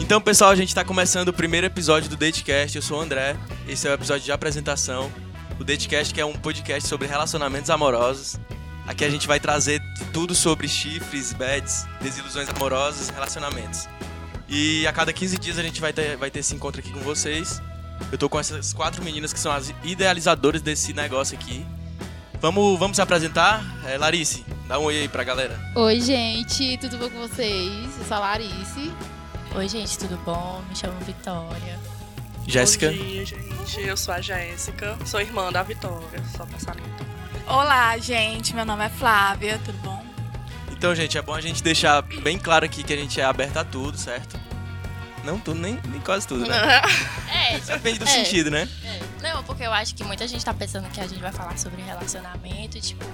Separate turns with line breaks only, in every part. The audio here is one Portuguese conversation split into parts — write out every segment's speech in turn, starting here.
Então, pessoal, a gente está começando o primeiro episódio do Datecast. Eu sou o André, esse é o episódio de apresentação. O Datecast que é um podcast sobre relacionamentos amorosos. Aqui a gente vai trazer tudo sobre chifres, bets, desilusões amorosas, relacionamentos. E a cada 15 dias a gente vai ter, vai ter esse encontro aqui com vocês. Eu tô com essas quatro meninas que são as idealizadoras desse negócio aqui. Vamos, vamos se apresentar? É, Larice, dá um oi aí pra galera.
Oi, gente, tudo bom com vocês? Eu sou a Larice.
Oi, gente, tudo bom? Me chamo Vitória.
Jéssica.
Bom dia, gente. Eu sou a Jéssica, sou irmã da Vitória, só passar limpo.
Olá, gente. Meu nome é Flávia, tudo bom?
Então, gente, é bom a gente deixar bem claro aqui que a gente é aberto a tudo, certo? Não tudo, nem, nem quase tudo, né?
É,
Depende do
É.
sentido, né?
não, porque eu acho que muita gente tá pensando que a gente vai falar sobre relacionamento, e, tipo,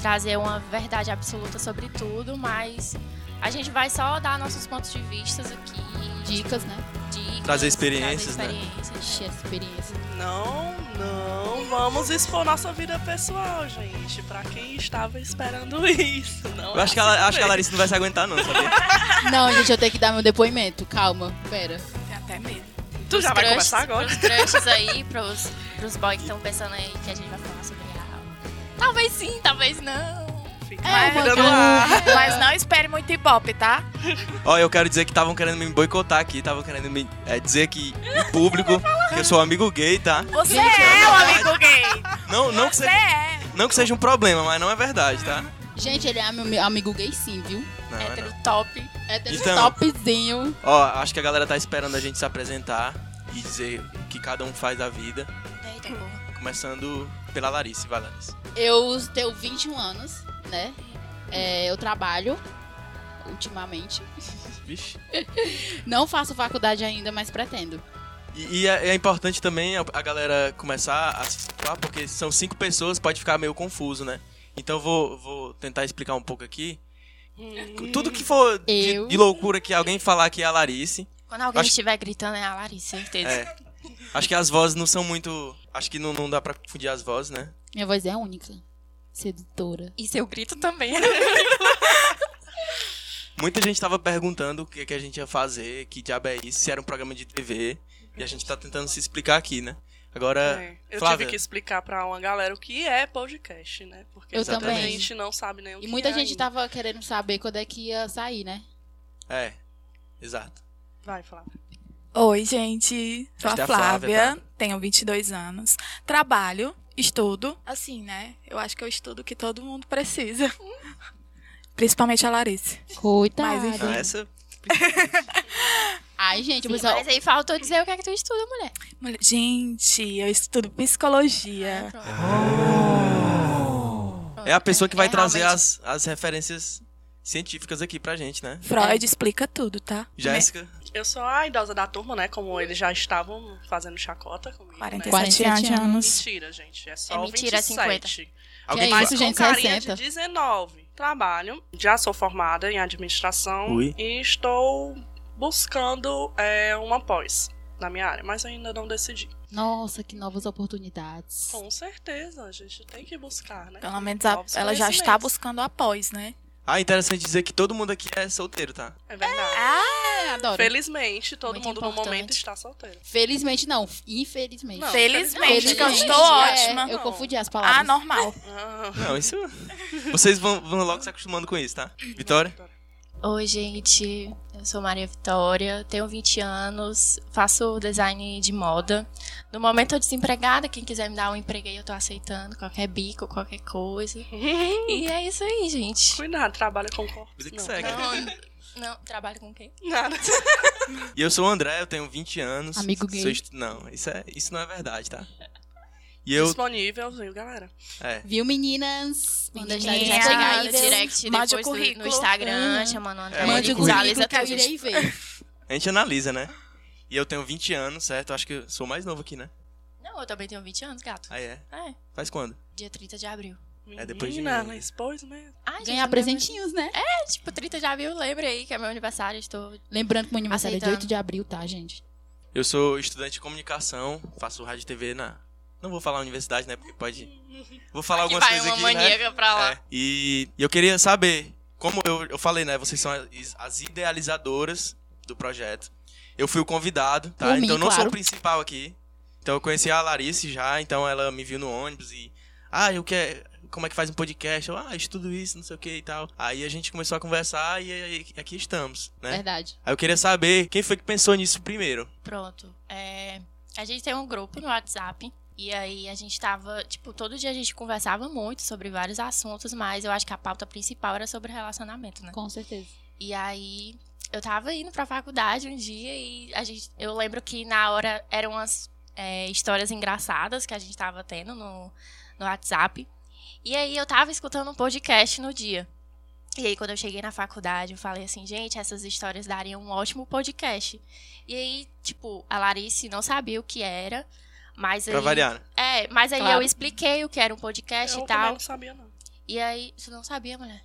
trazer uma verdade absoluta sobre tudo, mas a gente vai só dar nossos pontos de vista aqui,
Dicas, né?
dicas,
Trazer experiências, né?
trazer experiências.
Ixi, essa experiência.
Não, não, vamos expor nossa vida pessoal, gente. Pra quem estava esperando isso, não.
Eu
é assim
acho que, a, acho que a Larissa não vai se aguentar, não, sabia?
Não, gente, eu tenho que dar meu depoimento. Calma, pera.
Tem até medo.
Tu já
Pros
vai
crushes-
começar agora?
Pros crushes aí, pros, pros boys que estão pensando aí que a gente vai falar sobre real. Talvez sim, talvez não.
Fica
É,
lá, virando
mano.
Ah.
ar.
Mas não espere muito ibope, tá?
Ó, eu quero dizer que estavam querendo me boicotar aqui, estavam querendo me é, dizer que em público que eu sou amigo gay, tá?
Você
Gente,
é
é
um
verdade.
amigo gay.
Não, não, que
Você
seja,
é.
não que seja um problema, mas não é verdade, tá?
Gente, ele é meu amigo gay sim, viu?
Não, é
Hétero
não.
top.
Hétero
Então-
topzinho.
Ó, acho que a galera tá esperando a gente se apresentar e dizer o que cada um faz da vida.
Eita, porra.
Começando pela Larissa, vai, Larissa.
Eu tenho 21 anos, né? É, eu trabalho ultimamente.
Vixe.
Não faço faculdade ainda, mas pretendo.
E, e é, é importante também a, a galera começar a se situar, porque são cinco pessoas, pode ficar meio confuso, né? Então eu vou, vou tentar explicar um pouco aqui. Tudo que for de,
Eu.
de loucura que alguém falar que é a Larice,
Quando alguém
Acho-
estiver gritando, é a Larissa, certeza.
É. Acho que as vozes não são muito. Acho que não, não dá pra confundir as vozes, né?
Minha voz é única. Sedutora.
E seu grito também. né?
Muita gente tava perguntando o que, que a gente ia fazer, que diabo é isso, se era um programa de TV. E a gente tá tentando se explicar aqui, né? Agora,
É, Eu
Flávia.
tive que explicar pra uma galera o que é podcast, né? Porque
Eu
muita
também.
gente não sabe nem o que
E muita
é
gente tá-
ainda.
tava querendo saber quando é que ia sair, né?
é. Exato.
Vai, Flávia.
Oi, gente. Sou
Esta é a
a
Flávia,
Flávia, tenho 22 anos. Trabalho, estudo. Assim, né? Eu acho que eu estudo o que todo mundo precisa. Principalmente a Larice.
Coitada.
Mas, enfim.
Ah, essa.
Ai, gente, o pessoal.
Tipo, Mas aí faltou dizer o que é que tu estuda, mulher.
Mulher- Gente, eu estudo
É.
psicologia.
É a pessoa que vai
É,
trazer
realmente.
as, as referências científicas aqui pra gente, né?
Freud explica tudo, tá?
Jéssica,
Eu sou a idosa da turma, né? Como eles já estavam fazendo chacota comigo. né?
47,
47
anos.
Mentira, gente. É só
É mentira,
27.
alguém
é
fala.
isso, gente,
com carinha
60.
de 19. Trabalho, já sou formada em administração
Ui.
e estou buscando é, uma pós na minha área, mas ainda não decidi.
Nossa, que novas oportunidades.
Com certeza, a gente tem que buscar,
Então,
né?
Pelo menos a-
Novos
é
ela já
conhecimentos.
está buscando a pós, né?
Ah, interessante dizer que todo mundo aqui é solteiro, tá?
É verdade.
Ah,
É, adoro.
Felizmente, todo
Muito
mundo no
importante.
momento está solteiro.
Felizmente não, infelizmente.
Não,
Felizmente, que eu
felizmente,
estou
é,
ótima.
Eu confundi as
Ah,
palavras.
normal.
Ah,
Não, isso. Vocês vão, vão logo se acostumando com isso, tá? Vitória?
Oi, gente. Eu sou Maria Vitória, tenho 20 anos, faço design de moda. No momento eu tô desempregada, quem quiser me dar um emprego aí eu tô aceitando, qualquer bico, qualquer coisa. E é isso aí, gente.
Cuidado, trabalha com corpo.
Vida é que
Não,
segue.
Não, não, trabalho com quem?
Nada.
E eu sou o André, eu tenho 20 anos.
Amigo gay.
Sou estu- Não, isso, é, isso não é verdade, tá? E eu.
Disponívelzinho, galera.
É.
Viu, meninas? Manda a gente
Direct,
Meninas.
chegar aí,
no
direct.
direct,
Mande o
depois do, no
currículo.
Instagram,
Uhum.
chamando o André.
É,
Mande
ele
o currículo
visualiza
que eu
tudo.
irei ver.
A gente analisa, né? E eu tenho 20 anos, certo? Eu Acho que eu sou mais novo aqui, né?
Não, eu também tenho 20 anos, gato.
Ah, é.
É,
Faz quando?
dia 30 de abril.
É depois de-
Menina, né? ela expôs mesmo.
Ai, gente,
Ganhar
eu lembro-
presentinhos, né?
É, tipo, 30 de abril, lembra aí que é meu aniversário, estou
Lembrando que meu aniversário é de
Aceitando.
8 de abril, tá, gente?
Eu sou estudante de comunicação, faço rádio e TV na. Não vou falar universidade, né? Porque pode. Vou falar
que
algumas
vai
coisas
uma
aqui. né?
maníaca pra lá.
É, e eu queria saber, como eu, eu falei, né? Vocês são as, as idealizadoras do projeto. Eu fui o convidado, tá?
Por mim,
então eu não sou
claro.
o principal aqui. Então eu conheci a Larice já, então ela me viu no ônibus e. Ah, eu quero. Como é que faz um podcast? Eu, ah, estudo isso, não sei o que e tal. Aí a gente começou a conversar e, aí- aqui estamos,
É.
né?
Verdade.
Aí eu queria saber quem foi que pensou nisso primeiro.
Pronto. É, a gente tem um grupo no WhatsApp. E aí a gente tava, tipo, todo dia a gente conversava muito sobre vários assuntos, mas eu acho que a pauta principal era sobre relacionamento, né?
Com certeza.
E aí eu tava indo pra faculdade um dia e a gente, eu lembro que na hora eram umas é, histórias engraçadas que a gente tava tendo no, no WhatsApp. E aí eu tava escutando um podcast no dia. E aí quando eu cheguei na faculdade, eu falei assim, gente, essas histórias dariam um ótimo podcast. E aí, tipo, a Larice não sabia o que era, mas
Pra
aí,
variar, né?
É, mas aí
Claro.
eu expliquei o que era um podcast
Eu
e
também
tal.
não sabia, não.
E aí, você não sabia, mulher?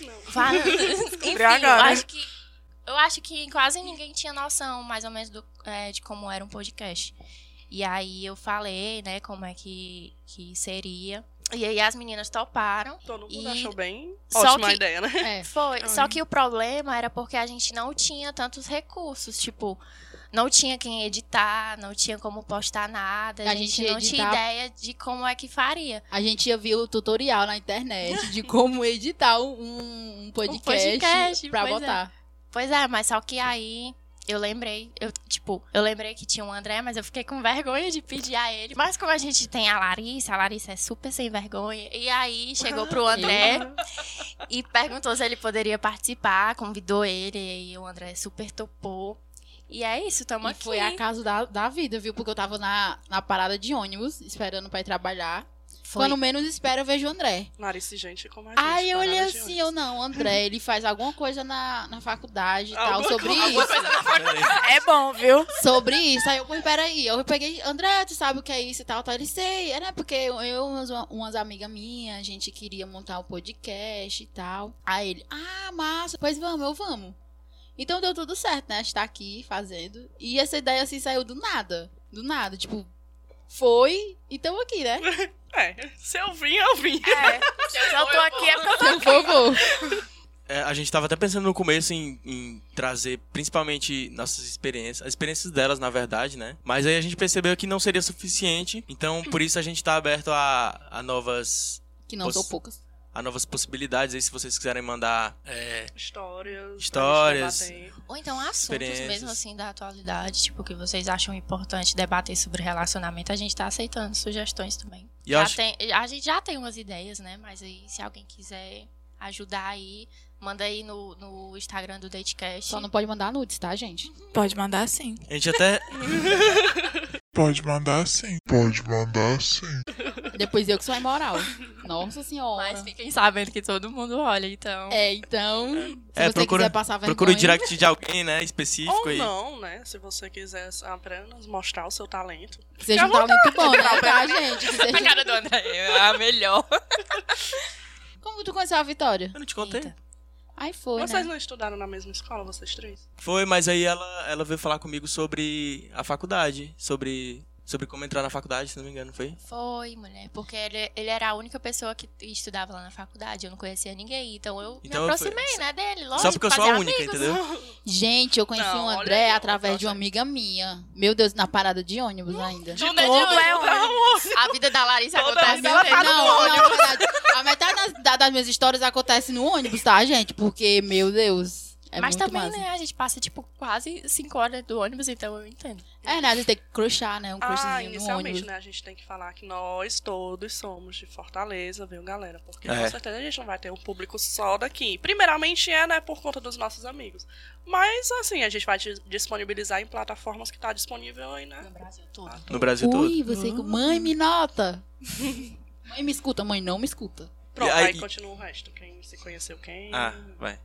Não.
Vá- Enfim,
agora.
Eu acho que eu acho que quase ninguém tinha noção, mais ou menos, do, é, de como era um podcast. E aí eu falei, né, como é que, que seria. E aí as meninas toparam.
Todo mundo
E-
achou bem
Só
ótima
que-
ideia, né?
É.
Foi.
Ai.
Só que o problema era porque a gente não tinha tantos recursos. Tipo, não tinha quem editar, não tinha como postar nada. A,
A
gente,
gente ia
não tinha
editar-
ideia de como é que faria.
A gente ia ver o tutorial na internet de como editar um, um podcast,
podcast,
pra
pois é.
botar.
Pois é, mas só que aí eu lembrei, eu, tipo, eu lembrei que tinha um André, mas eu fiquei com vergonha de pedir a ele. Mas como a gente tem a Larissa, a Larissa é super sem vergonha. E aí chegou pro André e perguntou se ele poderia participar, convidou ele, e o André super topou. E é isso, tamo
E
aqui.
foi acaso da, da vida, viu? Porque eu tava na, na parada de ônibus, esperando pra ir trabalhar.
Foi.
Quando menos espero, eu vejo o André.
Nariz e gente como a gente. tá
Aí eu
parada
olhei
de
assim,
ônibus.
eu não, André, ele faz alguma coisa na, na faculdade e tal,
Alguma
sobre
coisa-
isso.
É bom, viu?
Sobre isso. Aí eu, pô, peraí, eu peguei, André, tu sabe o que é isso e tal, tal. Ele, sei, é, né? Porque eu e umas, umas amigas minhas, a gente queria montar um podcast e tal. Aí ele, ah, massa, pois vamos, eu vamos. Então deu tudo certo, né? A gente tá aqui fazendo. E essa ideia assim saiu do nada. Do nada, tipo, foi e tamo aqui, né?
É, se eu vim, eu vim.
É. Se eu tô aqui é porque eu tô
Por favor.
É, a gente tava até pensando no começo em, em trazer principalmente nossas experiências, as experiências delas, na verdade, né? Mas aí a gente percebeu que não seria suficiente, então por isso a gente tá aberto a, a novas
Que não são
Posso-
poucas.
a novas possibilidades. Aí se vocês quiserem mandar é,
Histórias.
Histórias.
pra gente debater.
Ou então assuntos
Experiências.
mesmo assim da atualidade, tipo, que vocês acham importante debater sobre relacionamento, a gente tá aceitando sugestões também.
e eu
Já
acho
tem- a gente já tem umas ideias, né? Mas aí, se alguém quiser ajudar aí, manda aí no, no Instagram do Datecast.
Só não pode mandar nudes, tá, gente?
Pode mandar sim.
a gente até
Pode mandar sim. Pode mandar sim.
Depois eu que sou imoral. Nossa senhora.
Mas fiquem sabendo que todo mundo olha, então.
É, então. Se
É,
você
procura-
quiser passar vergonha,
procura o direct de alguém, né, específico
Ou
aí.
não, né? Se você quiser apenas mostrar o seu talento.
que seja um talento bom, né? Pra gente. que seja-
cara do André é a melhor.
Como tu conheceu a Vitória?
Eu não te contei.
Eita.
Aí foi,
Vocês
né?
não estudaram na mesma escola, vocês três?
Foi, mas aí ela, ela veio falar comigo sobre a faculdade, sobre sobre como entrar na faculdade, se não me engano, foi?
Foi, mulher. Porque ele, ele era a única pessoa que estudava lá na faculdade. Eu não conhecia ninguém. Então eu
Então
me
eu fui-
aproximei, né, dele. Lógico,
Só porque eu sou a
fazer
única,
amigos.
entendeu?
Gente, eu conheci
Não,
o
olha
André
aí, ó,
através de uma
tá
amiga minha. Meu Deus, na parada de ônibus ainda. Assim,
Tudo
Todo é
ônibus. A vida da Larissa
Toda
acontece.
vida
no
ela
meio.
tá no
não, não, na verdade, a metade das, da- das minhas histórias acontece no ônibus, tá, gente? Porque, meu Deus, é
Mas
muito
também,
massa.
né, a gente passa, tipo, quase cinco horas do ônibus, então eu entendo.
É, né? A gente tem que crushar, né? Um
Ah,
crushzinho no
inicialmente,
ônibus.
né? A gente tem que falar que nós todos somos de Fortaleza, viu, galera? Porque
É.
com certeza a gente não vai ter um público só daqui. Primeiramente é, né, por conta dos nossos amigos. Mas, assim, a gente vai te disponibilizar em plataformas que tá disponível aí, né?
No Brasil todo.
No Brasil todo.
Ui, você. Mãe, me nota. mãe, me escuta. Mãe, não me escuta.
Pronto,
E
aí,
aí-
continua o resto. Quem se conheceu quem.
Ah, vai.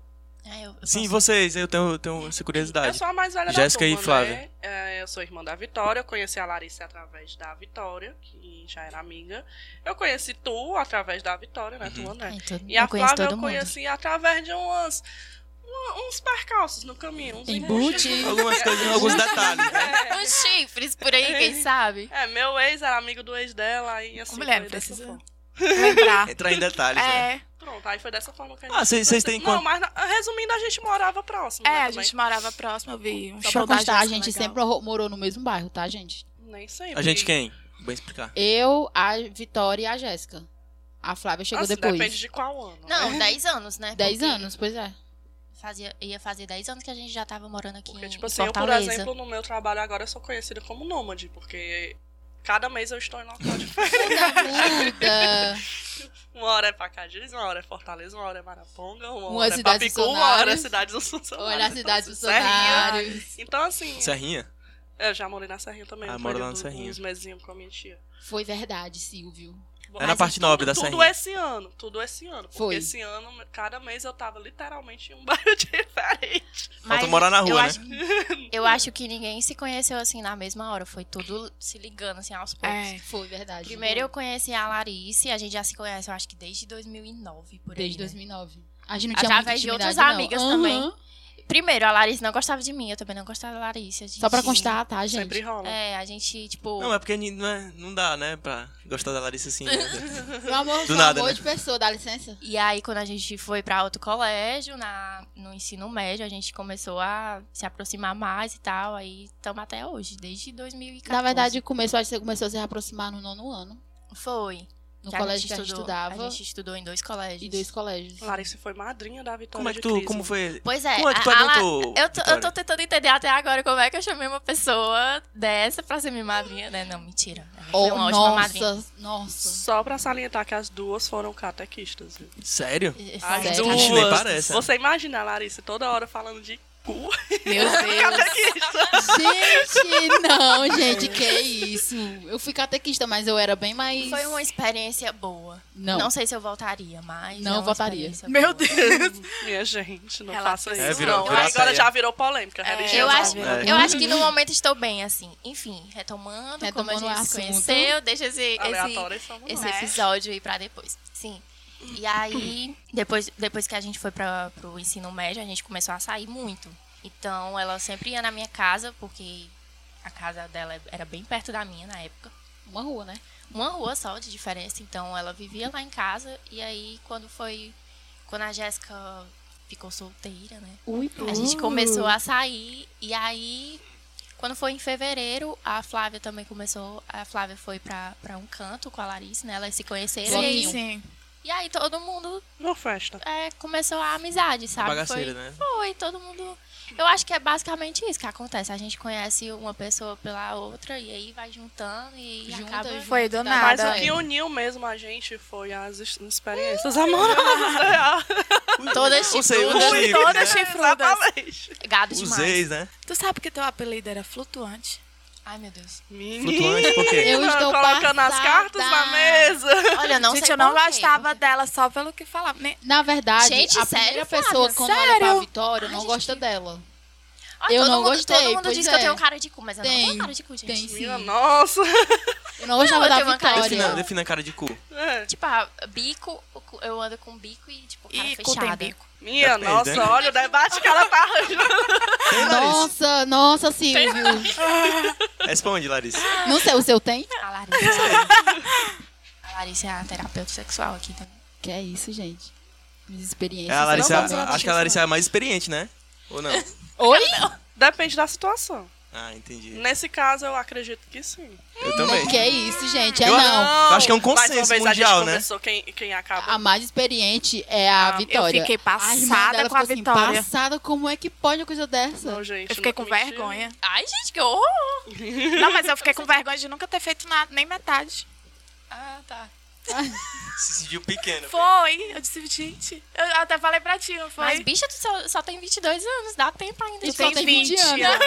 É, eu- eu
Sim,
posso-
vocês, eu tenho, eu tenho essa
Eu
curiosidade.
sou a mais velha
Jéssica
da
e
turma, Né?
Flávia.
É, eu sou irmã da Vitória. Eu conheci a Larissa através da Vitória, que já era amiga. Eu conheci tu através da Vitória, né?
Uhum.
Tu, André.
Ai, todo-
E a
eu conheço
Flávia
todo
eu
mundo.
conheci através de umas, uma- uns percalços no caminho. Uns É.
Embute.
embustes.
Algumas coisas, alguns detalhes. né?
É,
Uns chifres por aí, quem sabe?
é, meu ex era amigo do ex dela e assim.
Mulher,
foi dessa
precisa
forma.
lembrar.
Entrar em detalhes, né?
É.
Pronto, aí foi dessa forma que a gente.
Ah, vocês vocês têm
Não,
quanto?
mas na- resumindo, a gente morava próximo.
É,
né,
a
também.
gente morava próximo, eu vi um
Só
show
pra
da
constar, a
Jéssica
gente
legal.
sempre ro- morou no mesmo bairro, tá, gente?
Nem sempre.
A gente quem? Bem explicar.
Eu, a Vitória e a Jéssica. A Flávia chegou
Nossa,
depois.
Assim,
é
Depende de qual ano.
Não, 10 anos, né?
10
Porque
anos, pois é.
Fazia, ia fazer 10 anos que a gente já tava morando aqui
Porque,
em
tipo
em
assim, eu, por
Fortaleza.
exemplo, no meu trabalho agora, eu sou conhecida como nômade, porque cada mês eu estou em local diferente.
Muda.
Uma hora é Pacajus, uma hora é Fortaleza, uma hora é Maraponga, uma,
Uma
hora é
cidade
Papicu, uma
funcionária.
hora é Cidade dos Funcionários.
Olha a cidade dos
Serrinha.
cenários.
Então, assim,
Serrinha?
eu já morei na Serrinha também.
Ah,
um
moro lá
período,
na Serrinha.
Uns mesinhos com a minha tia.
Foi verdade, Silvio.
É na parte nobre da
tudo
Serrinha.
esse ano, tudo esse ano. Porque
Foi.
esse ano, cada mês eu tava literalmente em um bairro diferente.
Falta morar na
eu
rua, né?
acho, eu acho que ninguém se conheceu assim na mesma hora. Foi tudo se ligando, assim, aos poucos.
É.
Foi verdade.
Primeiro eu conheci a Larice, a gente já se conhece, eu acho que desde 2009, por aí.
Desde
né?
2009. A gente não tinha
Através de
muita intimidade,
outras
não.
amigas
Aham.
também. Primeiro, a Larice não gostava de mim, eu também não gostava da Larice. a gente-
Só pra constar, tá, gente?
Sempre rola.
É, a gente, tipo...
Não, é porque ni- não, é- não dá, né, pra gostar da Larissa assim. né?
Meu amor,
Do
do
nada,
amor
né?
de pessoa, dá licença.
E aí, quando a gente foi pra outro colégio, na, no ensino médio, a gente começou a se aproximar mais e tal. Aí estamos até hoje, desde 2014.
Na verdade, começou, a- você começou a se aproximar no nono ano.
foi.
No
Que
colégio que
gente
a gente
estudou-
estudava.
A gente estudou em dois colégios.
E dois colégios.
Larissa foi madrinha da vitória
Como é que
de
tu.
Cris,
Como
né?
foi.
Pois é.
Como é que tu
a- a La-
aguentou?
eu, tô, eu
Vitória?
tô tentando entender até agora como é que eu chamei uma pessoa dessa pra ser minha madrinha, né? Não, mentira. Ela foi
Oh,
uma ótima madrinha.
nossa, nossa.
Só pra salientar que as duas foram catequistas. viu?
Sério?
As
Sério?
duas.
Acho que nem parece. né?
Você imagina a Larissa toda hora falando de cu.
Hum.
Meu Deus.
catequista.
Gente, não, gente, que isso. Eu fui catequista, mas eu era bem mais.
Foi uma experiência boa.
Não.
Não sei se eu voltaria, mas.
Não
é uma
voltaria.
experiência boa.
Meu Deus.
Minha gente, não
Ela
faça isso.
fez
É, virou-
não.
virou
Aí agora
saia.
já virou polêmica.
É,
religiosa.
eu, acho,
É.
eu acho que no momento estou bem, assim. Enfim, retomando, como a
Retomando o
gente se
assunto.
conheceu, deixa esse, esse,
Aleatórias são
esse
nós.
episódio aí pra depois. Sim. E aí, depois, depois que a gente foi pra, pro ensino médio, a gente começou a sair muito. Então, ela sempre ia na minha casa, porque a casa dela era bem perto da minha na época.
um
Uma rua, né?
Uma rua só de diferença, então ela vivia lá em casa. E aí, quando foi. Quando a Jéssica ficou solteira, né?
Ui,
A gente começou a sair e aí quando foi em fevereiro, a Flávia também começou, a Flávia foi pra, pra um canto com a Larissa, né? Elas se conheceram.
Sim,
Bloquinho.
sim.
E aí todo mundo
Uma festa.
é, começou a amizade, sabe?
Bagaceira,
foi,
né?
foi, todo mundo. Eu acho que é basicamente isso que acontece. A gente conhece uma pessoa pela outra e aí vai juntando e
Junta,
acaba.
junta.
Foi do
Mas
Ah,
Mas
nada.
o que uniu mesmo a gente foi as es- experiências amorosas.
Todas
Não sei,
chifrudas.
os chifres,
Todas
né?
chifrudas.
Gado
Os
é demais.
ex, né?
Tu sabe que teu apelido era flutuante?
Ai, meu Deus.
Flutuante, por quê?
Eu estou
colocando as
passada.
cartas na mesa.
Olha, não
Gente,
sei
eu não
por quê,
gostava
porque-
dela só pelo que falava. Nem-
Na verdade,
um- Gente,
a
sério,
primeira
Flávia?
pessoa, quando olha pra
Sério?
Vitória,
Ai,
não
gente,
gosta
que-
dela.
Ah,
Eu
todo
não
mundo,
gostei,
Todo mundo
pois
diz
é.
que eu tenho cara de cu, mas eu não
Tem,
tenho cara de cu, gente.
tem sim.
Minha nossa.
Eu não gostava
eu
da
tenho uma cara de
Vitória.
Defina, defina a cara de cu.
É.
Tipo, ah, bico, o cu- eu ando com bico e, tipo, cara
E cu tem
fechada.
bico.
Minha
Depende,
nossa,
né?
olha o debate que ela tá arranjando.
Tem, é Larissa?
Nossa, nossa, Silvio.
Responde, Larissa.
Não sei, o seu tem?
A Larissa. a Larissa é a terapeuta sexual aqui também.
Que é isso, gente. Minhas experiências.
É a Larissa,
novamente.
acho que a Larissa é a mais experiente, né? Ou não?
Oi?
Depende da situação.
Ah, entendi.
Nesse caso, eu acredito que sim.
Eu também.
Que é isso, gente. É
Eu-
não.
Eu acho que é um
Mais uma
consenso
vez, a
mundial,
gente
né?
conversou quem, quem acaba.
A mais experiente é a
Ah, eu
Vitória.
Eu fiquei
A irmã
passada
dela
com a
ficou assim,
Vitória.
passada, como é que pode uma coisa dessa?
Não, gente,
Eu fiquei
nunca
com
menti.
vergonha.
Ai, gente, que horror!
Não, mas eu fiquei com vergonha de nunca ter feito nada, nem metade.
Ah, tá.
Se sentiu pequeno.
Foi. Eu disse, gente, eu até falei pra ti, não foi?
Mas, bicha, tu só, só tem 22 anos, dá tempo ainda.
E
de
só
fazer
tem
vídeo.
20 anos.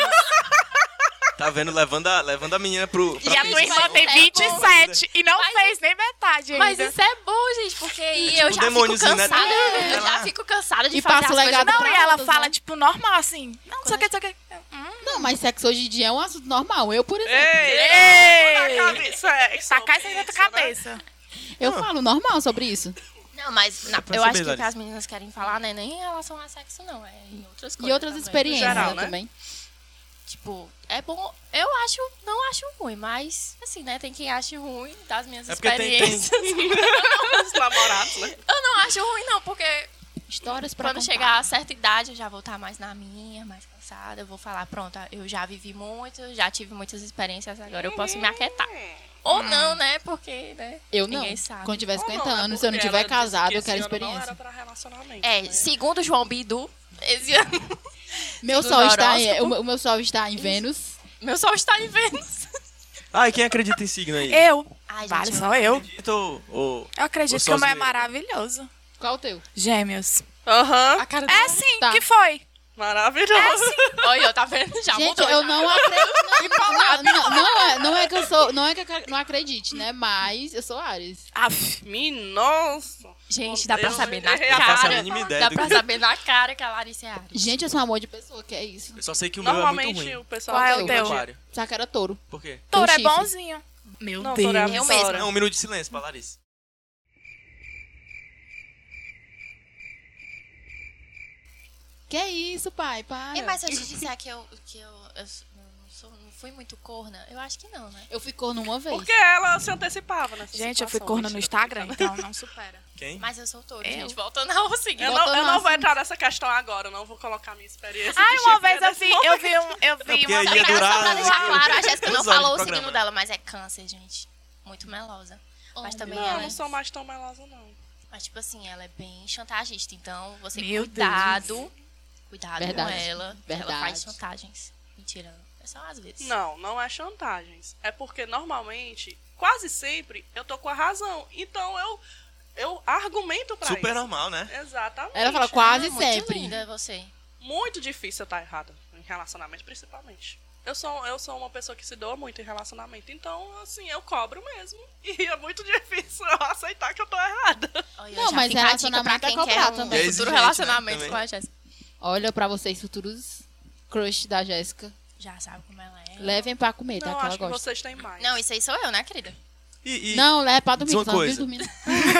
Tá vendo? Levando a, levando a menina pro.
E
pra
a tua irmã
prisão.
tem
é
27 e não
Mas-
fez nem metade ainda.
Mas isso é bom, gente, porque aí eu já fico
demôniozinho, né?
cansada.
É,
Eu
lá.
já fico cansada
É
de
tipo E
fazer
passa o
as
legado
coisas.
Não,
pra
e ela
outros,
fala,
né?
tipo, normal, assim. Não, só que, só que... Hum,
Não, mas sexo hoje em dia é um assunto normal. Eu, por exemplo,
Ei! Na cabeça, é,
sacar isso aí da tua
isso, né?
cabeça.
eu falo normal sobre isso.
Não, mas na-
pra
eu
saber,
acho que o que
Larissa.
as meninas querem falar, né? Nem em relação a sexo, não. É em outras coisas.
E outras
também.
experiências
geral,
né,
né?
também.
Tipo, é bom. Eu acho, não acho ruim, mas assim, né? Tem quem ache ruim das minhas
É porque tem- tem-
experiências.
Os namorados, né?
Eu não acho ruim, não, porque
Histórias pra
quando
contar.
chegar a certa idade eu já vou estar mais na minha, mais cansada. Eu vou falar, pronto, eu já vivi muito, já tive muitas experiências, agora eu posso me aquietar. Ou não, né? Porque, né?
Hum. Eu não.
Ninguém sabe.
Quando tiver 50
Ou não, é
anos, se eu não
porque
tiver
ela disse
casado,
que
eu quero
esse ano Não
experiência.
era pra relacionamento.
É,
né?
segundo João Bidu, esse ano
Meu
do
sol está em,
horóscopo.
o meu- o meu sol está em Vênus.
meu sol está em Vênus.
Ah, e quem acredita em signo aí?
Eu.
Ai, gente,
Vale,
eu-
só eu.
Acredita ou- ou-
Eu acredito
Ou
que o meu é
sozinho.
maravilhoso.
Qual o teu?
Gêmeos.
Aham,
A cara
É sim,
Tá.
que foi?
maravilhoso.
Olha, eu tá vendo? Já
Gente,
mudou.
eu
já.
não acredito. Não, não, não, não é, não é que eu sou. Não é que eu ca- não acredite, né? Mas eu sou Ares.
Aff.
Minha nossa.
Gente, dá pra
Eu não
saber na
errei a
faço a
cara.
mínima ideia
Dá
do
pra
que-
saber na cara que a Larissa é Ares.
Gente, eu sou um amor de pessoa, que é isso.
Eu só sei que o meu é muito
Normalmente
ruim.
o pessoal...
Qual é
eu
o
O
Tá
teu?
aquário.
Só que era touro.
Por quê?
Touro é
chifre.
bonzinho. Meu
Não,
Deus.
Touro é
Eu
absurdo.
Não, um minuto de silêncio pra Larissa.
Que é isso, pai? Para.
E mas se eu te disser que eu, que eu, eu s- não, sou, não fui muito corna, eu acho que não, né?
Eu fui corno uma vez.
Porque ela se antecipava nessa
Gente, eu fui
situação,
corno no
mentira.
Instagram, então não supera.
Quem?
Mas eu sou touro,
Eu?
gente. Voltando ao seguinte.
Eu
Bota
não, eu
massa.
não vou entrar nessa questão agora, eu não vou colocar minha experiência.
assim. Ai,
de
uma
chifreira
vez eu
né?
nesse
vi, eu vi, um, eu vi
porque
uma
aí ia
pegação
durar-
da
Pra deixar
eu-
claro, a Jéssica não
duas horas
falou
de
o signo
programa.
dela, mas é câncer, gente. Muito melosa. Mas também
Não, eu
ela
não
é,
sou mais tão melosa, não.
Mas tipo assim, ela é bem chantagista. Então, você
Meu
cuidado. Cuidado
Verdade,
com ela. Ela
verdade.
faz chantagens. Mentira. É só às vezes.
Não, não é chantagens. É porque normalmente, quase sempre, eu tô com a razão. Então eu, eu argumento pra
Super
isso.
normal, né?
Exatamente.
Ela fala quase
Ah, Muito
sempre.
linda você.
Muito difícil eu estar errada em relacionamento, principalmente. Eu sou, eu sou uma pessoa que se doa muito em relacionamento, então, assim, eu cobro mesmo. E é muito difícil eu aceitar que eu tô errada.
Olha,
Não,
já
mas
fica a dica pra
relacionamento é
quem quer
cobrar
um
também.
É
futuro
exigente,
relacionamento
né, também.
com a Jéssica.
Olha pra vocês, futuros crush da Jéssica.
Já sabe como ela é.
Levem pra comer, tá?
não,
que
acho
ela
que
gosta.
vocês têm mais.
Não, isso aí sou eu, né, querida?
E, e
Não, leva pra dormir.
Diz uma
só não
coisa.
dormir.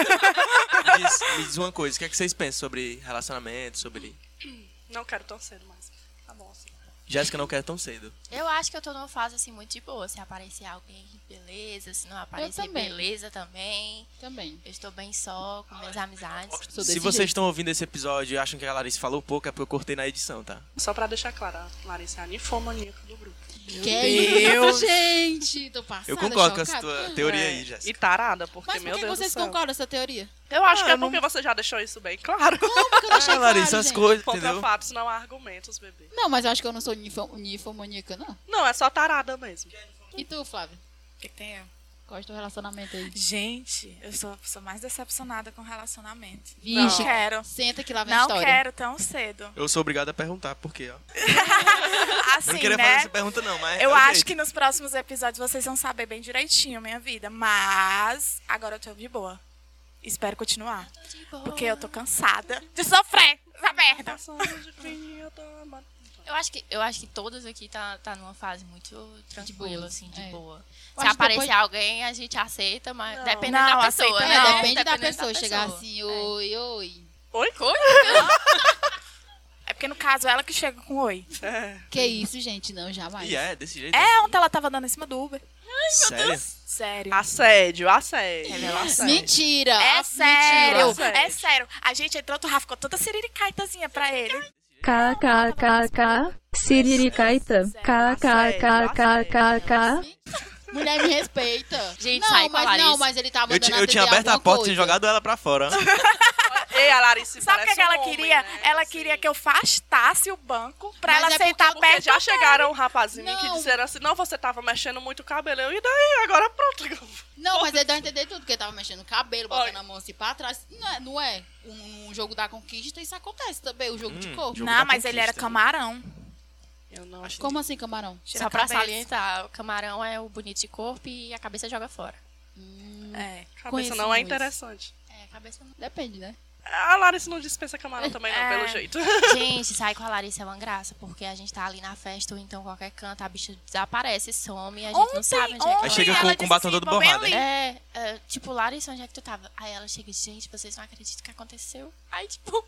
me, diz, me diz uma coisa, o que é que vocês pensam sobre relacionamento, sobre...
Não quero tão cedo mais. Tá bom, assim.
Jéssica não quer tão cedo.
Eu acho que eu tô numa fase assim muito de boa. Se aparecer alguém, beleza. Se não aparecer,
também.
beleza também.
Também.
Eu estou bem só com minhas amizades.
Sou
Se
desse
vocês
jeito.
estão ouvindo esse episódio e acham que a Larissa falou pouco, é porque eu cortei na edição, tá?
Só pra deixar claro, a Larissa é a ninfomaníaca do grupo.
Que é
Deus.
isso, gente? Tô passada,
Eu concordo com essa
chocada.
tua teoria
É,
aí, Jéssica.
E tarada, porque,
Mas por
meu
que
Deus
vocês
do céu.
concordam com essa teoria?
Eu acho que
Ah,
é
eu não-
porque você já deixou isso bem claro.
Como que eu deixei
Ah, Larissa,
claro,
as
gente?
coisas,
Contra
entendeu?
fatos, não há argumentos, bebê.
Não, mas eu acho que eu não sou nifo- nifomaníaca, não.
Não, é só tarada mesmo.
E tu, Flávio?
O que que tem eu?
Qual é o teu relacionamento aí?
Gente, eu sou a pessoa mais decepcionada com relacionamento. Não
Vixe,
quero.
senta que lá vem a
Não
história.
quero tão cedo.
Eu sou obrigado a perguntar por quê, ó. Eu
Assim,
não queria
né?
fazer essa pergunta não, mas...
Eu
é o
acho
jeito.
que nos próximos episódios vocês vão saber bem direitinho minha vida, mas agora eu tô de boa. Espero continuar,
De boa.
porque eu tô cansada de sofrer essa merda.
Passando de fim, eu tô amando.
Eu acho que, eu acho que todas aqui tá, tá numa fase muito tranquila,
boa,
assim, de
é.
boa.
Eu
Se
acho que
aparecer
depois-
alguém, a gente aceita, mas
Não.
depende
Não,
da pessoa,
aceita
É,
né?
não.
depende da
Dependendo
pessoa chegar
pessoa.
assim,
É.
oi, oi.
Oi?
É porque no caso ela que chega com oi.
Que isso, gente? Não, jamais.
E é, desse jeito.
É, ontem ela tava dando em cima do Uber.
Sério?
Sério.
Ah, Assédio, assédio.
Revelação.
assédio.
Mentira!
É
Ah,
sério,
mentira.
é sério. A gente entrou, tu Rafa ficou toda siriricaitazinha pra ele.
KKKK, Siriricaita, KKKKK.
Mulher me respeita.
Gente,
não,
sai com a
mas
Larissa.
não, mas ele tá
Eu,
mandando
ti-
a
eu tinha
TDA
aberto a
alguma
porta e
coisa.
jogado ela pra fora, né? ó.
Ei, a Larissa
Sabe o
parece
que, que ela
um homem,
queria?
né?
ela
Assim,
queria que eu afastasse o banco pra
Mas
ela
é porque
sentar
eu-
Porque
Tá perto.
já chegaram um rapaz em mim que
Não.
disseram assim, não, você tava mexendo muito o cabelo. Eu, e daí? Agora pronto.
Não, mas ele dá a entender tudo, porque ele tava mexendo o cabelo, botando
Olha.
a mão assim pra trás. Não é? Não é? Um, um jogo da conquista, isso acontece também, o jogo de
Hum,
corpo.
jogo
Não,
da
mas ele era
conquista.
camarão.
Eu não
Acho
Como assim, camarão?
Tira
Só
a
pra
cabeça.
salientar, o camarão é o bonito de corpo e a cabeça joga fora.
É.
que cabeça não é
conheço
interessante.
É, a cabeça não.
Depende, né?
A Larissa não dispensa camarão também, não,
É.
pelo jeito.
Gente, sair com a Larissa é uma graça, porque a gente tá ali na festa ou então qualquer canto, a bicha desaparece, some, a gente não sabe onde
Aí
é que
chega
ela
com-
ela
com
disse
batom
assim,
todo
"Vou bem
borrado,
ali".
É, é, tipo, Larissa, onde é que tu tava? Aí ela chega e diz, gente, vocês não acreditam o que aconteceu. Aí, tipo,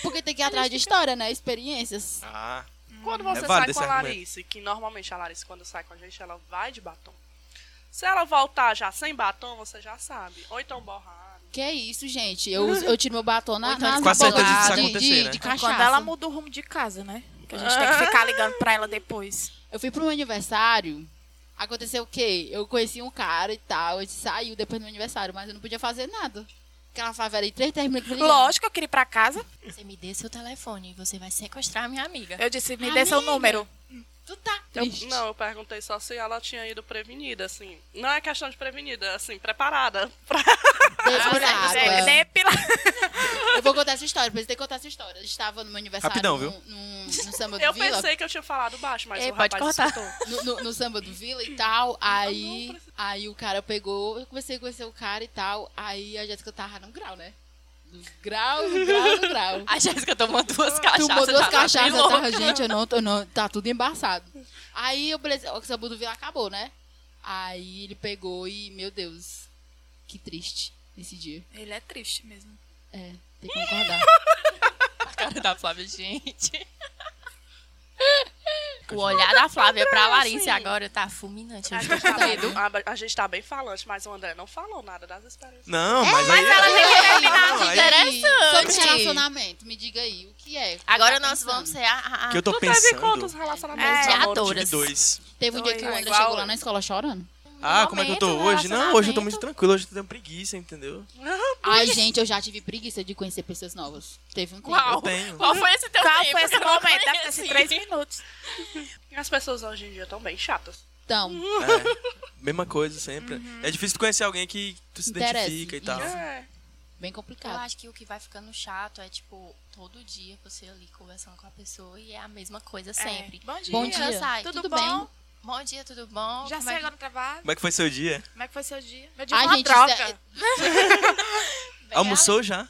Porque tem que ir atrás de história, né? Experiências.
Ah,
Quando você sai
válido
com a
esse argumento.
Larissa, que normalmente a Larissa, quando sai com a gente, ela vai de batom. Se ela voltar já sem batom, você já sabe. Ou então borrado.
Que é isso, gente. Eu,
Uhum.
uso- eu tiro meu batom na,
Ou então
nas
Com a certeza disso
boladas de,
acontecer,
de,
né?
de
Quando
cachaça.
ela muda o rumo de casa, né? Que a gente tem que ficar ligando pra ela depois.
Eu fui pro meu aniversário. Aconteceu o quê? Eu conheci um cara e tal. A gente saiu depois do meu aniversário, mas eu não podia fazer nada. Aquela favela aí, três, três minutos.
Lógico, eu queria ir pra casa.
Você me dê seu telefone, você vai sequestrar a minha amiga.
Eu disse, me dê seu
Amiga.
número.
Tu tá
Eu-
triste.
não, eu perguntei só se ela tinha ido prevenida, assim. Não é questão de prevenida, assim, preparada. Pra...
Desesperada.
Você é depilada.
Eu vou contar essa história, depois tem que contar essa história. Eu estava no meu aniversário
Rapidão, viu?
num, num- no samba do
Eu
Vila.
pensei que eu tinha falado baixo, mas
Ei,
o
pode
rapaz
cortar.
no,
escutou.
no- no samba do Vila e tal. Aí, aí o cara pegou, eu comecei a conhecer o cara e tal. Aí a Jéssica tava no grau, né? No grau, no grau, no grau.
A Jéssica tomou duas cachaças.
Tomou duas
tá
cachaças,
bem
eu
louca.
tava, gente, eu não, tô- eu não, tá tudo embaçado. Aí eu beleza, o samba do Vila acabou, né? Aí ele pegou e, meu Deus, que triste esse dia.
Ele é triste mesmo.
É, tem que concordar.
A cara da Flávia, gente. O olhar da Flávia pra Larissa agora tá fulminante.
A
eu
gente
tô com
tá bem-
medo.
a- A gente tá bem falante, mas o André não falou nada das experiências.
Não, mas, aí.
É, ela tem que terminar
não,
de
aí-
Interessante.
Sobre um relacionamento, me diga aí, o que é? O que
Agora
tá
nós
pensando?
vamos ser a, a- a
que eu tô
Tu teve
pensando.
quantos relacionamentos,
É,
amor?
adoro.
Tive dois.
Teve um dia que o
Dois.
André
Igual,
chegou lá
né?
na escola chorando.
Ah, como é que eu tô
Momento,
hoje? Não, hoje eu tô
relacionamento.
muito tranquilo, hoje eu tenho preguiça, entendeu?
Ai,
é
gente, eu já tive preguiça de conhecer pessoas novas. Teve um tempo.
Eu
Qual?
tenho.
Qual foi esse teu
Qual
tempo?
foi esse
Eu não
momento? Deve ter
conheci.
sido três minutos.
As pessoas hoje em dia estão bem chatas.
Então,
É, mesma coisa sempre.
Uhum.
É difícil tu conhecer alguém que tu se
Interessa,
identifica e tal.
isso.
É.
bem
Eu
Tá.
complicado.
acho que o que vai ficando chato é, tipo, todo dia você ali conversando com a pessoa e é a mesma coisa sempre.
É. Bom dia.
Bom dia.
Sai,
Tudo,
tudo, bem?
bom?
Bom dia, tudo bom?
Já
Como
sei
é que-
agora no trabalho.
Como é que foi seu dia?
Como é que foi seu dia? Meu dia
Ai,
foi uma
gente,
troca.
isso
Almoçou já?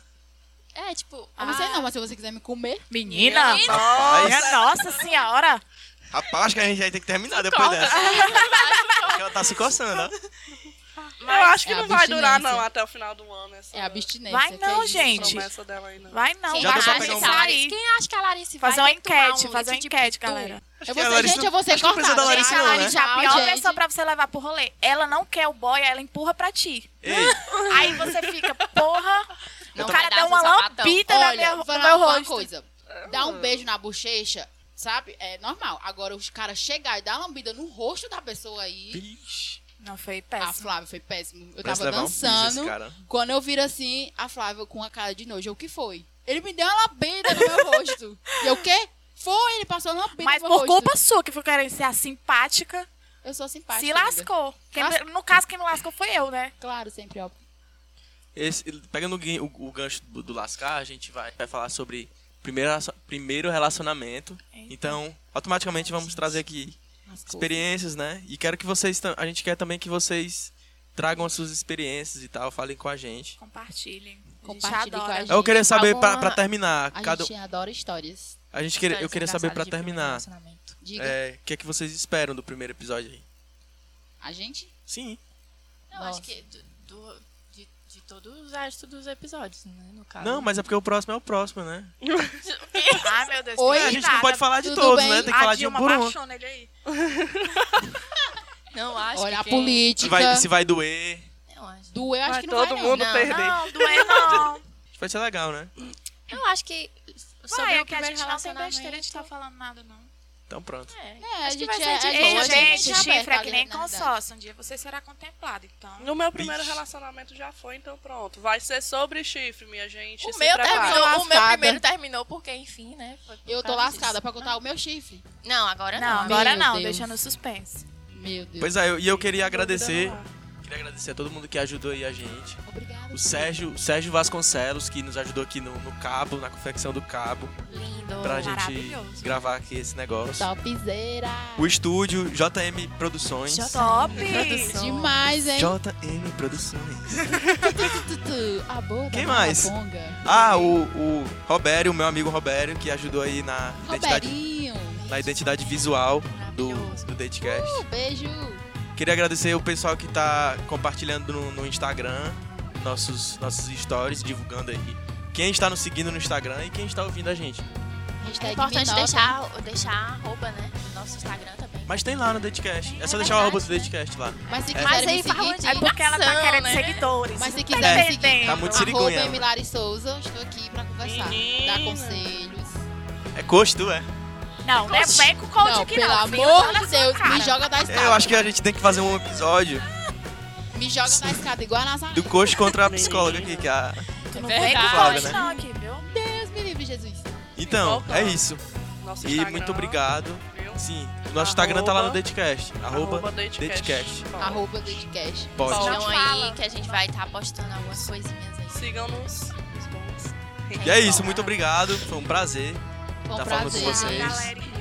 É, tipo...
é- eu não sei
Ah.
não, mas se você quiser me comer,
Menina,
Rapaz,
minha nossa senhora.
rapaz, acho que a gente vai ter que terminar depois dessa. Acho que Ela tá se coçando, ó.
eu acho que
é
não vai durar,
abstinência.
não, até o final do ano. Essa
é abstinência.
Vai
que
não,
é isso.
gente.
promessa dela aí, não.
Vai não,
Quem
Já
vai
deu pra
acha,
pegar um-
que a Larissa, quem acha que a Larissa vai
Fazer uma
ter que tomar
enquete,
um
fazer uma
leite de
enquete,
pitu?
galera.
Eu
que
vou
a
ser,
Larissa
gente,
não-
eu vou ser
acho que a
cortada.
empresa da Larissa
Gente, a
não, né?
Larissa, a pior
gente.
pessoa pra você levar pro rolê. Ela não quer o boy, ela empurra pra ti.
Ei,
Aí você fica, porra.
Não
o
vai
cara
dar
deu
seu
uma
sapatão.
lambida na minha,
Olha,
no
vou falar
meu
uma
rosto.
coisa. Dar um beijo na bochecha, sabe? É normal. Agora, os caras chegar e dar uma lambida no rosto da pessoa aí...
bicho.
Não, foi
A
péssimo.
Flávia foi péssimo. Eu
Parece
tava
levar um piso esse
dançando.
cara.
Quando eu viro assim, a Flávia com a cara de nojo, eu, o que foi? Ele me deu uma lambida no meu rosto. E eu, o quê? Foi, ele passou uma lambida
Mas
no meu
por
rosto.
culpa sua, que foi querendo ser a simpática,
Eu sou simpática.
se
amiga.
lascou. Quem-
Lasca-
No caso, quem me lascou foi eu, né?
Claro, sempre, ó.
Esse, pegando o, gui- o- o gancho do, do lascar, a gente vai, vai falar sobre primeiro, relacion- primeiro relacionamento. Então, automaticamente vamos trazer aqui experiências, né? E quero que vocês. tam- A gente quer também que vocês tragam as suas experiências e tal, falem com a gente.
Compartilhem. A gente
Compartilhem com a
adora.
gente.
Eu queria saber pra,
alguma-
pra terminar.
A
cada, um,
gente tá adora histórias.
a gente queria, eu queria saber pra
Engraçado de primeiro
terminar.
relacionamento.
Diga,
É, O que é que vocês esperam do primeiro episódio aí?
a gente?
Sim.
Não,
Nossa.
acho que do, do- de, de todos os restos dos episódios, né, no
Tá
caso.
Não, mas é porque o próximo é o próximo, né?
Ai, meu Deus.
Oi,
que
a gente
nada.
não pode falar de
tá Tudo
todos,
bem? Ah,
né? Tem que
A
falar de um
Dilma
por um.
apaixona ele aí.
Não, acho
Olha,
que
a
quem-
Se
política.
vai, se vai doer.
Eu acho.
Doer, eu acho
Vai
que não
todo
vai, não.
mundo
Não,
perder.
Não, doer não.
Vai ser legal, né?
Eu acho que sobre
Vai, é
o
que a
primeiro
gente não tem
relacionamento...
besteira de estar falando nada, não.
Então pronto.
É,
É, a
acho que
gente
vai
é-
ser de
é
Ei,
boa,
gente,
gente,
chifre
aberta,
é que nem
na verdade.
consórcio. Um dia você será contemplado, então.
No meu primeiro
Ixi.
relacionamento já foi, então pronto. Vai ser sobre chifre, minha gente.
O
se
meu, tá
prepara.
terminou, o meu
lascada.
primeiro terminou porque, enfim, né? foi por
Eu tô
causa disso.
lascada pra contar o meu chifre.
Não, agora não.
Não, agora
Meu
não,
Deus.
deixa no suspense.
Meu Deus.
Pois é, eu- e eu queria
Dúvida
agradecer.
não há.
Queria agradecer a todo mundo que ajudou aí a gente.
Obrigada.
O Sérgio, o Sérgio Vasconcelos, que nos ajudou aqui no, no cabo, na confecção do cabo,
Lindo.
pra gente
maravilhoso.
gravar aqui esse negócio.
Topzera.
O estúdio JM Produções.
Top!
Demais, hein?
JM Produções.
Tu, tu, A tá boa da
Quem mais?
Maraponga.
Ah, o, o Robério, meu amigo Robério, que ajudou aí na identidade,
Ribeirinho.
na identidade visual do, do Datecast.
Um beijo.
Queria agradecer o pessoal que tá compartilhando no, no Instagram nossos, nossos stories, divulgando aí. Quem está nos seguindo no Instagram e quem está ouvindo a gente.
Hashtag
É importante
me nota.
deixar, deixar a arroba, né? No nosso Instagram também.
Mas tem lá no Dedcast. É só
É
deixar o arroba do
verdade, né?
Dedcast lá.
Mas se
É.
quiser me seguir,
de
É porque ela tá
ação,
querendo
né?
seguidores.
mas se
Não
quiser me
entendendo.
seguir,
Tá muito
arroba
siriguinha.
Emilari Souza, estou aqui pra conversar,
Menina.
dar conselhos.
É coach, tu é?
Não, não é bem com coach
Não,
aqui
pelo
não. tá. filho.
amor
Olha
de
a sua
Deus,
cara.
me joga da escada.
É, Eu acho que a gente tem que fazer um episódio
Me joga na escada, igual a Nazaré.
do coach contra a psicóloga aqui, que é a...
Tu não
É
vem com
verdade.
coach
Né?
não aqui, viu?
Deus me livre, Jesus.
Então,
Voltando.
é isso.
Nosso
E
Instagram,
muito obrigado.
viu?
Sim, o nosso Instagram tá lá no Dedcast. Arroba
Arroba Datecast.
Datecast.
Bom,
Arroba Dedcast.
Pode.
Então
Fala.
aí que a gente vai estar postando algumas coisinhas aí.
Sigam-nos. Os bons.
E é isso, muito obrigado. Foi um prazer
Foi um
estar falando com
prazer.
vocês.
Galerinha.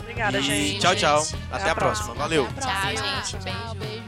Obrigada,
E
gente.
tchau, tchau.
gente.
Até a próxima. Valeu.
Até a próxima.
Tchau, gente.
Tchau,
Beijo.